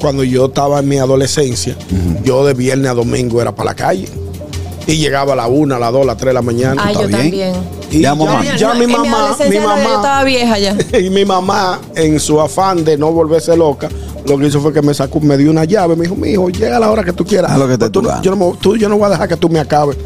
Cuando yo estaba en mi adolescencia, yo de viernes a domingo era para la calle. Y llegaba a la una, a las dos, a las tres de la mañana. Ah, yo Está también. Y Ya, ya, mamá. ya mi En mi mamá, mi adolescencia no, yo estaba mamá, vieja ya. y mi mamá, en su afán de no volverse loca, lo que hizo fue que me sacó, me dio una llave, me dijo, mijo, llega a la hora que tú quieras. Pues A lo que te tú, no- tuca. yo no, me- tú- yo no voy a dejar que tú me acabes.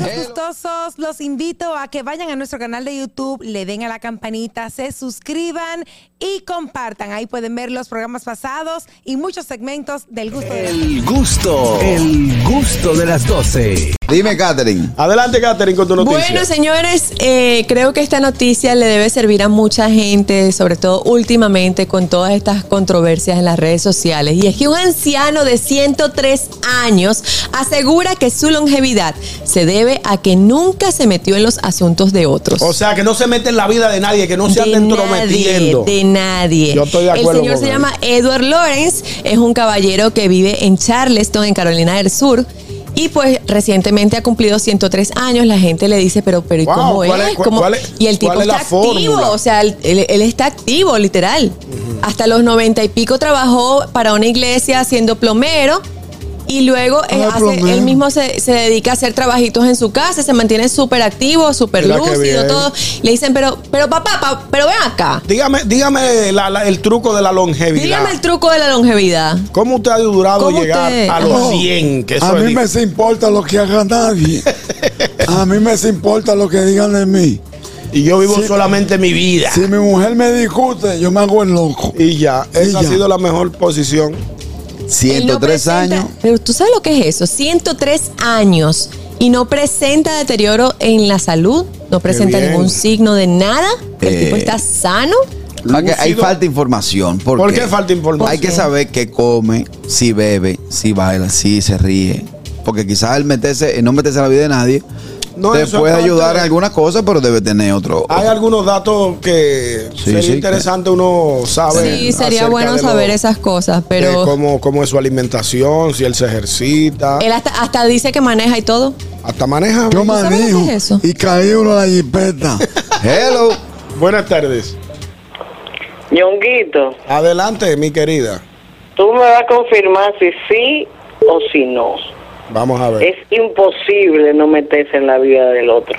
Amigos gustosos, los invito a que vayan a nuestro canal de YouTube, le den a la campanita, se suscriban y compartan. Ahí pueden ver los programas pasados y muchos segmentos del gusto Eh, de la El gusto, el gusto de las 12. Dime, Catherine. Adelante, Catherine, con tu noticia. Bueno, señores, eh, creo que esta noticia le debe servir a mucha gente, sobre todo últimamente con todas estas controversias en las redes sociales. Y es que un anciano de 103 años asegura que su longevidad se debe a que nunca se metió en los asuntos de otros. o sea, que no se mete en la vida de nadie, que no se de ande entrometiendo. Nadie, de nadie. Yo estoy de acuerdo El señor con se él. llama Edward Lawrence, es un caballero que vive en Charleston, en Carolina del Sur. Y pues recientemente ha cumplido 103 años, la gente le dice, pero, pero ¿y Wow, cómo ¿cuál es? es- cu- ¿Cómo? cuál es- y el tipo cuál es está la activo, fórmula? o sea, él, él- él está activo, literal. Hasta los 90 y pico trabajó para una iglesia siendo plomero. Y luego eh, Ah, hace- plomero. él mismo se, se dedica a hacer trabajitos en su casa, se mantiene súper activo, súper Mira qué lúcido, bien. todo. Le dicen, pero, pero papá, pa- pero ven acá. Dígame, dígame la- la- el truco de la longevidad. Dígame el truco de la longevidad. ¿Cómo usted ha durado ¿Cómo llegar usted? a los No, 100? Que eso a es mí di- me se importa lo que haga nadie. A mí me se importa lo que digan de mí. Y yo vivo Sí. solamente mi vida. Si mi mujer me discute, yo me hago el loco. Y ya, esa Y ha ya. sido la mejor posición. Él no 103 presenta- años. Pero tú sabes lo que es eso, 103 años y no presenta deterioro en la salud, no presenta bien. ningún signo de nada, el Eh. tipo está sano. Ah, que hay Lúcido. falta de información. ¿Por, ¿Por qué falta información? Hay que Sí. saber qué come, si bebe, si baila, si se ríe. Porque quizás el meterse, el no meterse en la vida de nadie No, te eso es puede parte ayudar de- en alguna cosa, pero debe tener otro. Hay algunos datos que Sí, sería sí, interesante uno saber. Sí, sería acerca bueno de lo- saber esas cosas, de pero cómo, cómo es su alimentación, si él se ejercita. él hasta, hasta dice que maneja y todo. Hasta maneja. Yo sabes lo que manejo es eso? y caí uno a la jipeta. Hello. Buenas tardes. Ñonguito, Adelante, mi querida. tú me vas a confirmar si sí o si no. Vamos a ver. Es imposible no meterse en la vida del otro.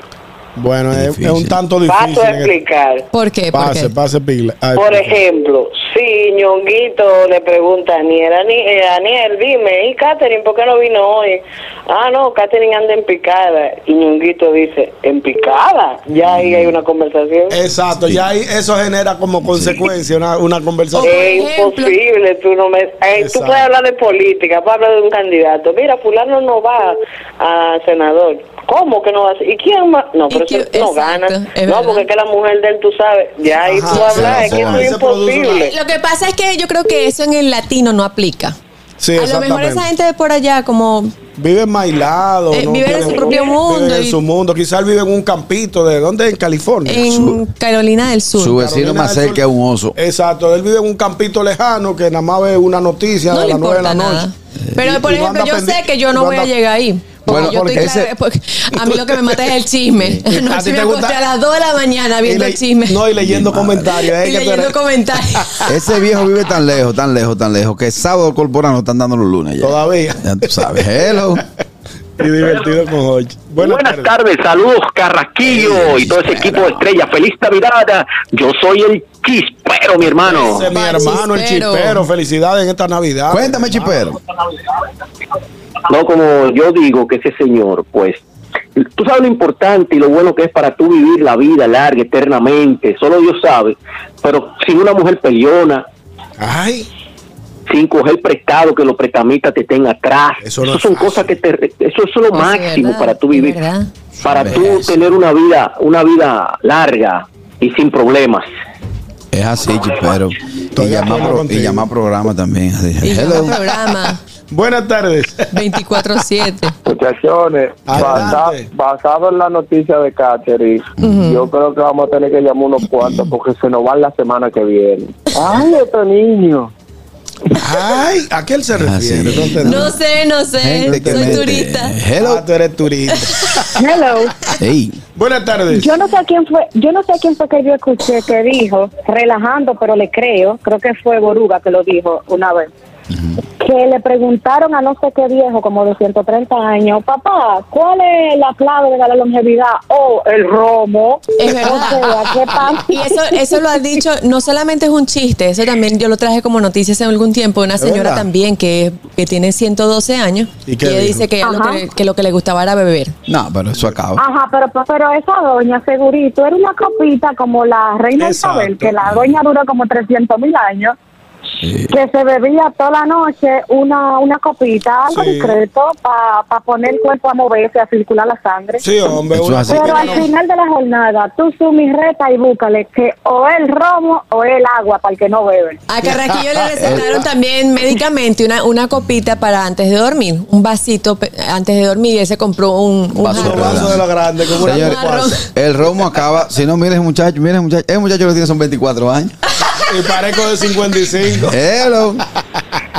bueno, es, Difícil. es un tanto difícil. Paso a en el- explicar. ¿Por qué? ¿Por Pase, qué? pase, pigla. Ay, Por pigla. ejemplo, si Ñonguito le pregunta a Aniel, "Ani- eh, Aniel, dime, ¿y Katherine por qué no vino hoy? Ah, no, Katherine anda en picada. Y Ñonguito dice, ¿en picada? Ya ahí hay una conversación. Exacto, ya ahí eso genera como consecuencia una, una conversación. Es ejemplo. imposible, tú no me... Ey, tú Exacto. puedes hablar de política, puedes hablar de un candidato. Mira, fulano no va a senador. ¿Cómo que no va a ser? ¿Y quién más? No, ¿Y pero quién- eso no exacto, gana. es No, verdad. porque es que la mujer de él, tú sabes, ya ahí Ajá, tú hablas, se es que eso pone. es Se produce una- imposible. Lo que pasa es que yo creo que eso en el latino no aplica. Sí, a lo mejor exactamente. esa gente de por allá como Viven aislados. Eh, viven en tienen- su propio Viven mundo en y- su mundo. Quizás viven en un campito. ¿De dónde? En California. en Carolina del Sur. Su vecino Carolina más del cerca es Sur. un oso. Exacto. Él vive en un campito lejano que nada más ve una noticia no de le las nueve de importa la noche. nada. Pero, Y- por y no ejemplo, anda yo pendi- sé que yo no y voy a anda- llegar ahí. Porque Bueno, yo estoy porque clara- ese- porque a mí lo que me mata es el chisme. ¿A ti Anoche te me gusta? acosté a las 2 de la mañana Y viendo le- el chisme. No, y leyendo comentarios. eh, y que tú leyendo eres- comentarios. Ese viejo vive tan lejos, tan lejos, tan lejos, que sábado corporal no están dando los lunes ya. Todavía. Ya tú sabes. Hello. y divertido con Jorge. Buenas, Buenas tardes. tardes, saludos Carrasquillo Sí, y todo ese bueno. equipo de estrella. Feliz Navidad. Yo soy el chispero, mi hermano. Ese es mi hermano, el Chispero. chispero. Felicidades en esta Navidad. Cuéntame, chipero. No, como yo digo que ese señor, pues, tú sabes lo importante y lo bueno que es para tú vivir la vida larga, eternamente. Solo Dios sabe. Pero sin una mujer peleona, Ay. sin coger prestado que los prestamistas te tengan atrás. Eso Eso, no es son fácil. cosas que te, eso es lo Eso es máximo verdad, para tú es vivir, verdad. para Eso es tú verdad. tener una vida, una vida larga y sin problemas. Es así, chipero. Y de llama, acuerdo pro- y contigo. llama a programa también. así. y yo Hello. en el programa Buenas tardes. 24-7. Muchachones, basa- Adelante. basado en la noticia de Katherine, yo creo que vamos a tener que llamar unos cuantos porque se nos van la semana que viene. ¡Ay, este niño! Ay, ¿a qué él se refiere? Ah, sí. No entendí. No sé, no sé. Gente que Soy mete. turista. Ah, Hello. tú eres turista. Hello. Ey. Buenas tardes. Yo no sé quién fue, yo no sé quién fue que yo escuché que dijo, relajando, pero le creo, creo que fue Boruga que lo dijo una vez, que le preguntaron a no sé qué viejo, como de 130 años, papá, ¿cuál es la clave de la longevidad? Oh, el romo. Es O verdad. sea, ¿qué pasa? Y eso, eso lo has dicho, no solamente es un chiste, eso también yo lo traje como noticia hace algún tiempo. Una señora verdad? también que, que tiene 112 años ¿Y que qué dijo? dice que, ella lo Ajá. que, que lo que le gustaba era beber. No, pero eso acaba. Ajá, pero, pero esa doña, segurito, era una copita como la reina Exacto. Isabel, que la doña duró como 300 mil años, que se bebía toda la noche una, una copita, algo Sí. discreto, para poner el cuerpo a moverse, a circular la sangre. Sí, hombre. Eso una es así. Pero copita al no. final de la jornada, tú sumis reta y búscale que o el romo o el agua para el que no bebe. A Carrasquillo le recetaron también médicamente una, una copita para antes de dormir, un vasito pe- antes de dormir y él se compró un, un Vaso Un jarro. vaso de la grande, como una Señores, copa. Marrón. el romo acaba. Si no, miren, muchacho, miren, muchacho. Ese muchacho lo tiene son 24 años. Y parezco de 55. Eh, Hello.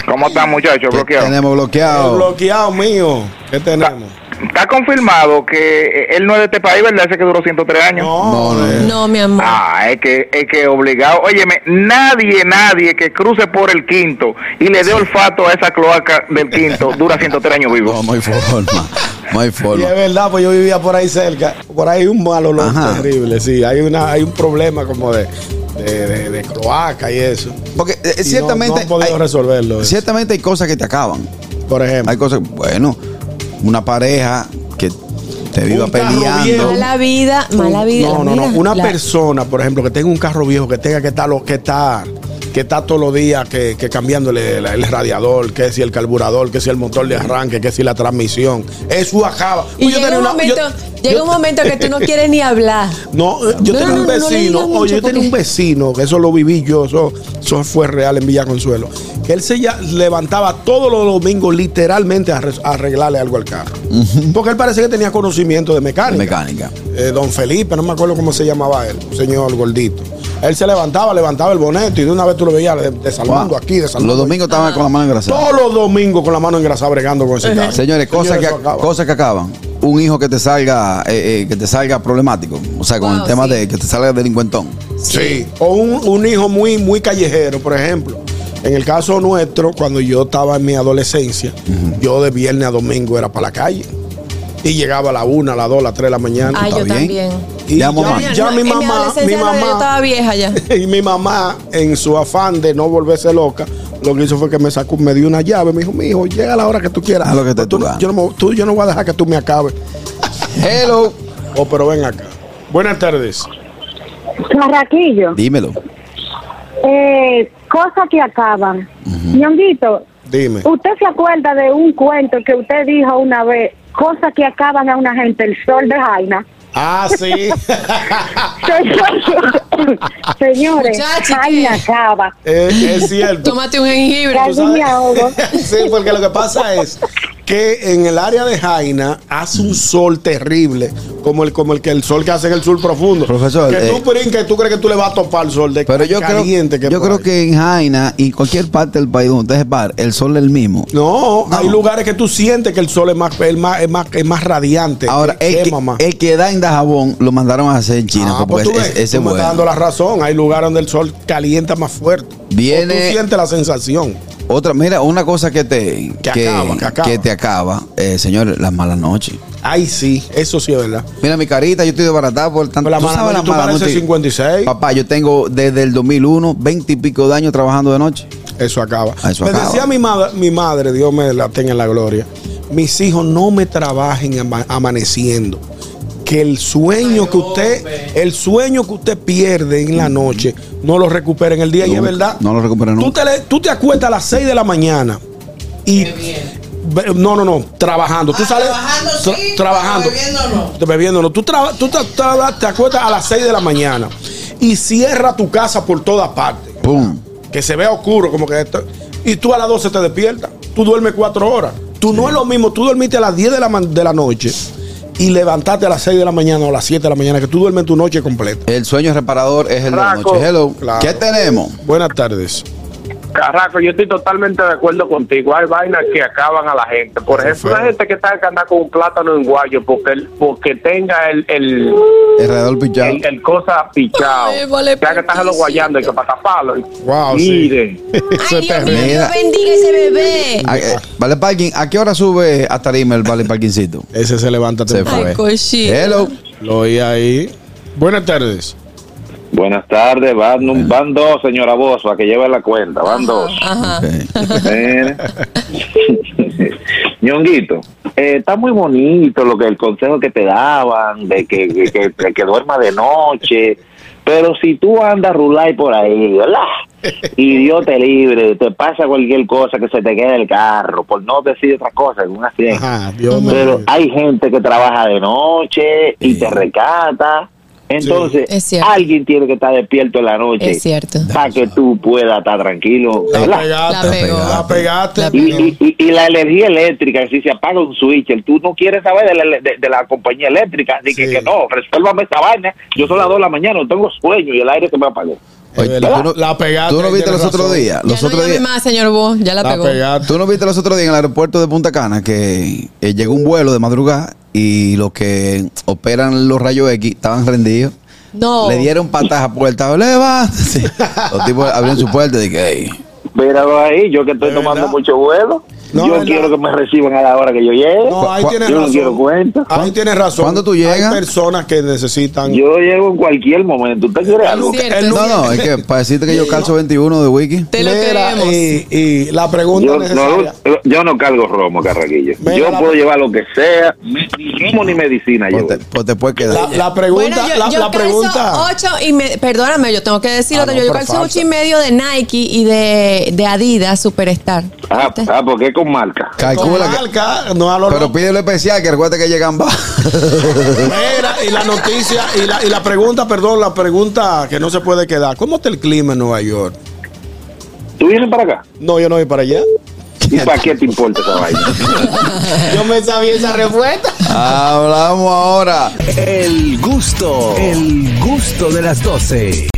¿Cómo está, muchachos? Bloqueado. Tenemos El bloqueado. bloqueado mío. ¿Qué tenemos? Está confirmado que eh, él no es de este país, ¿verdad? Ese que duró 103 años. No, no, eh. No, mi amor. Ah, es que, es que obligado. Óyeme, nadie, nadie que cruce por el quinto y le dé olfato a esa cloaca del quinto dura 103 años No, vivo. no hay forma. No hay Y forma. es verdad, pues yo vivía por ahí cerca. Por ahí hay un mal olor Ajá. terrible, sí. Hay, una, hay un problema como de, de, de- de cloaca y eso. Porque eh, Y no- ciertamente. no han podido hay- resolverlo, eso. Ciertamente hay cosas que te acaban. Por ejemplo. Hay cosas. Bueno, una pareja que te viva Un carro peleando. viejo. Mala vida, mala vida. No, no, mira, no. Una la- persona, por ejemplo, que tenga un carro viejo, que tenga que estar, lo- que está, que está todos los días que, que cambiándole el, el radiador, que si el carburador, que si el motor de arranque, que si la transmisión. Eso acaba. Y Uy, yo llega, tenía un una- momento, yo- llega un momento que tú no quieres ni hablar. No, eh, yo tenía No, no, un no, no le vecino, digas mucho, oye, yo tenía un porque- vecino, que eso lo viví yo, eso, eso fue real en Villa Consuelo, que él se ya- levantaba todos los domingos literalmente a, re- a arreglarle algo al carro. Porque él parece que tenía conocimiento de mecánica. Mecánica. Eh, don Felipe, no me acuerdo cómo se llamaba él, un señor gordito. Él se levantaba, levantaba el boneto y de una vez tú lo veías de- desalmando aquí, desalmando Los allá. domingos estaban con la mano engrasada. Todos los domingos con la mano engrasada bregando con ese carro. Señores, cosas que, eso acaba. cosas que acaban. Un hijo que te salga eh, eh, que te salga problemático, o sea, con Wow, el tema sí. de que te salga delincuentón. Sí. O un, un hijo muy, muy callejero, por ejemplo. En el caso nuestro, cuando yo estaba en mi adolescencia, yo de viernes a domingo era para la calle. Y llegaba a la una, a las dos, a las tres de la mañana. Ay, ¿Está yo bien? también. Y Ya, mamá. Ya mi en mamá, adolescencia mi no, mamá. Yo estaba vieja ya. Y mi mamá, en su afán de no volverse loca, lo que hizo fue que me sacó, me dio una llave. Me dijo, mi hijo, llega a la hora que tú quieras. Pues Haz lo que te tú, tú ganas". yo, no, me- tú- yo no voy a dejar que tú me acabes. Hello. Oh, pero ven acá. Buenas tardes. Carraquillo, Dímelo. eh, cosas que acaban. Ñonguito, Dime. ¿usted se acuerda de un cuento que usted dijo una vez? Cosas que acaban a una gente, el sol de Jaina. Ah, sí. Señores, Muchacha, Jaina ¿qué? acaba. Eh, es cierto. Tómate un jengibre. Ya ¿Tú Casi me sabes? ahogo. sí, porque lo que pasa es que en el área de Jaina hace un sol terrible, como el, como el que el sol que hace en el sur profundo. Profesor, que eh, tú brinques, tú crees que tú le vas a topar el sol de Pero yo creo, caliente que yo por creo ahí. que en Jaina y en cualquier parte del país donde ustedes par, el sol es el mismo. No, hay No. lugares que tú sientes que el sol es más, es más, es más, es más radiante. Ahora, que el que, quema más. el que da en Dajabón lo mandaron a hacer en China. Ah, pues porque tú ves, es- ese tú me bueno. estás dando la razón. Hay lugares donde el sol calienta más fuerte. Viene- O tú sientes la sensación. Otra, mira, una cosa que te Que acaba, que acaba. que te acaba, eh, señor, las malas noches. Ay, sí, eso sí es verdad. Mira mi carita, yo estoy desbaratado por Pero tanto. la ¿Tú mala sabes noche, las tú malas pareces noches? 56. Papá, yo tengo desde el 2001 20 y pico de años trabajando de noche. Eso acaba. Ah, eso Le acaba. decía a mi, madre, mi madre, Dios me la tenga en la gloria, mis hijos no me trabajen ama- amaneciendo. Que el sueño que usted, el sueño que usted pierde en la noche, no lo recupere en el día. y es Nunca, verdad. no lo recupera Tú nunca. te, le- tú te acuestas a las 6 de la mañana y. Ve- No, no, no, Ah, trabajando. Tú sales tra- trabajando. Te- Bebiendo no. Tú, traba- tú tra- tra- te acuestas a las 6 de la mañana y cierra tu casa por todas partes ¡Pum! que se vea oscuro, como que esto. Y tú a las 12 te despiertas. Tú duermes cuatro horas. Tú no es lo mismo, tú dormiste a las 10 de la, ma- de la noche y levantaste a las 6 de la mañana o a las 7 de la mañana, que tú duermes tu noche completa. El sueño reparador es el de la Raco. noche. Hello. Claro. ¿Qué tenemos? Buenas tardes. Carraco, yo estoy totalmente de acuerdo contigo. Hay vainas que acaban a la gente. Por ejemplo, la gente que está que anda con un plátano en guayo porque el- porque tenga el el, Alrededor pichado. el- el cosa pichado. Ay, vale, ya que estás lo guayando y que para taparlo. Wow, Mire. Ay, Dios mío, terrible. Dios bendiga ese bebé. A- eh, Vale Parking, ¿a qué hora sube a Tarima el Vale Parkingcito? Ese se levanta Se temprano. Ay, fue. cochino. Hello. Lo oí ahí. Buenas tardes. Buenas tardes, van, un- van dos, señora Bozo, a que lleve la cuenta, van dos. Ajá. Eh, Mira. Ñonguito, eh, está muy bonito lo que el consejo que te daban, de que, que, que- de que duerma de noche, pero si tú andas rulay por ahí, ¿verdad? Y Dios te libre, te pasa cualquier cosa que se te quede en el carro, por no decir otra cosa, en un accidente. Ajá, Dios me Pero ah, libre. hay gente que trabaja de noche y te rescata. Entonces, Es cierto. alguien tiene que estar despierto en la noche Es cierto. para que tú puedas estar tranquilo. La ¿verdad? pegaste. La pegó. La pegaste. La Y, y- y- y la energía eléctrica, si se apaga un switch, el- tú no quieres saber de la, de- de la compañía eléctrica, ni que, Sí. que no, resuélvame esa vaina. Yo son las 2 de la mañana, no tengo sueño y el aire se me apagó. Es Oye, verdad. ¿tú no, La pegaste, ¿Tú no viste tienes los otros razón. días? Ya Los no otros llame días. más, señor Bo, ya la La pegó. pegaste. ¿Tú no viste los otros días en el aeropuerto de Punta Cana que eh, llegó un vuelo de madrugada y los que operan los rayos X estaban rendidos? No. Le dieron patas a puerta. ¡Levántese! Los tipos abrieron su puerta y dije, "Ey". Míralo ahí, yo que estoy ¿De tomando verdad? mucho vuelo, No, yo ¿verdad? quiero que me reciban a la hora que yo llegue. No, ahí Cu- tienes yo no razón. quiero cuenta. Ahí tienes razón. ¿Cuándo tú llegas? Hay personas que necesitan. Yo llego en cualquier momento. ¿Usted quiere algo? Cierto, el es No, no, es que para decirte que yo calzo 21 de wiki. Te lo Mira, queremos. y, y la pregunta Yo necesaria. no, yo no cargo romo, Carraquillo. Mira yo la- puedo llevar lo que sea, me- ni romo ni medicina. Pues Yo. te, pues te puedes quedar. La, la pregunta, bueno, yo, la, yo la calzo pregunta. ocho y me- perdóname, yo tengo que decirlo, Ah, no, yo, por calzo falta. 8 y medio de Nike y de, de Adidas Superstar. Ah, ah, porque es con marca. Con Calcula que. marca, no a lo Pero pídelo especial, que recuerda que llegan bajas. Mira, y la noticia, y la, y la pregunta, perdón, la pregunta que no se puede quedar. ¿Cómo está el clima en Nueva York? ¿Tú vienes para acá? No, yo no voy para allá. ¿Y para qué te importa esa vaina? Yo me sabía esa respuesta. Hablamos ahora. El gusto, el gusto de las 12.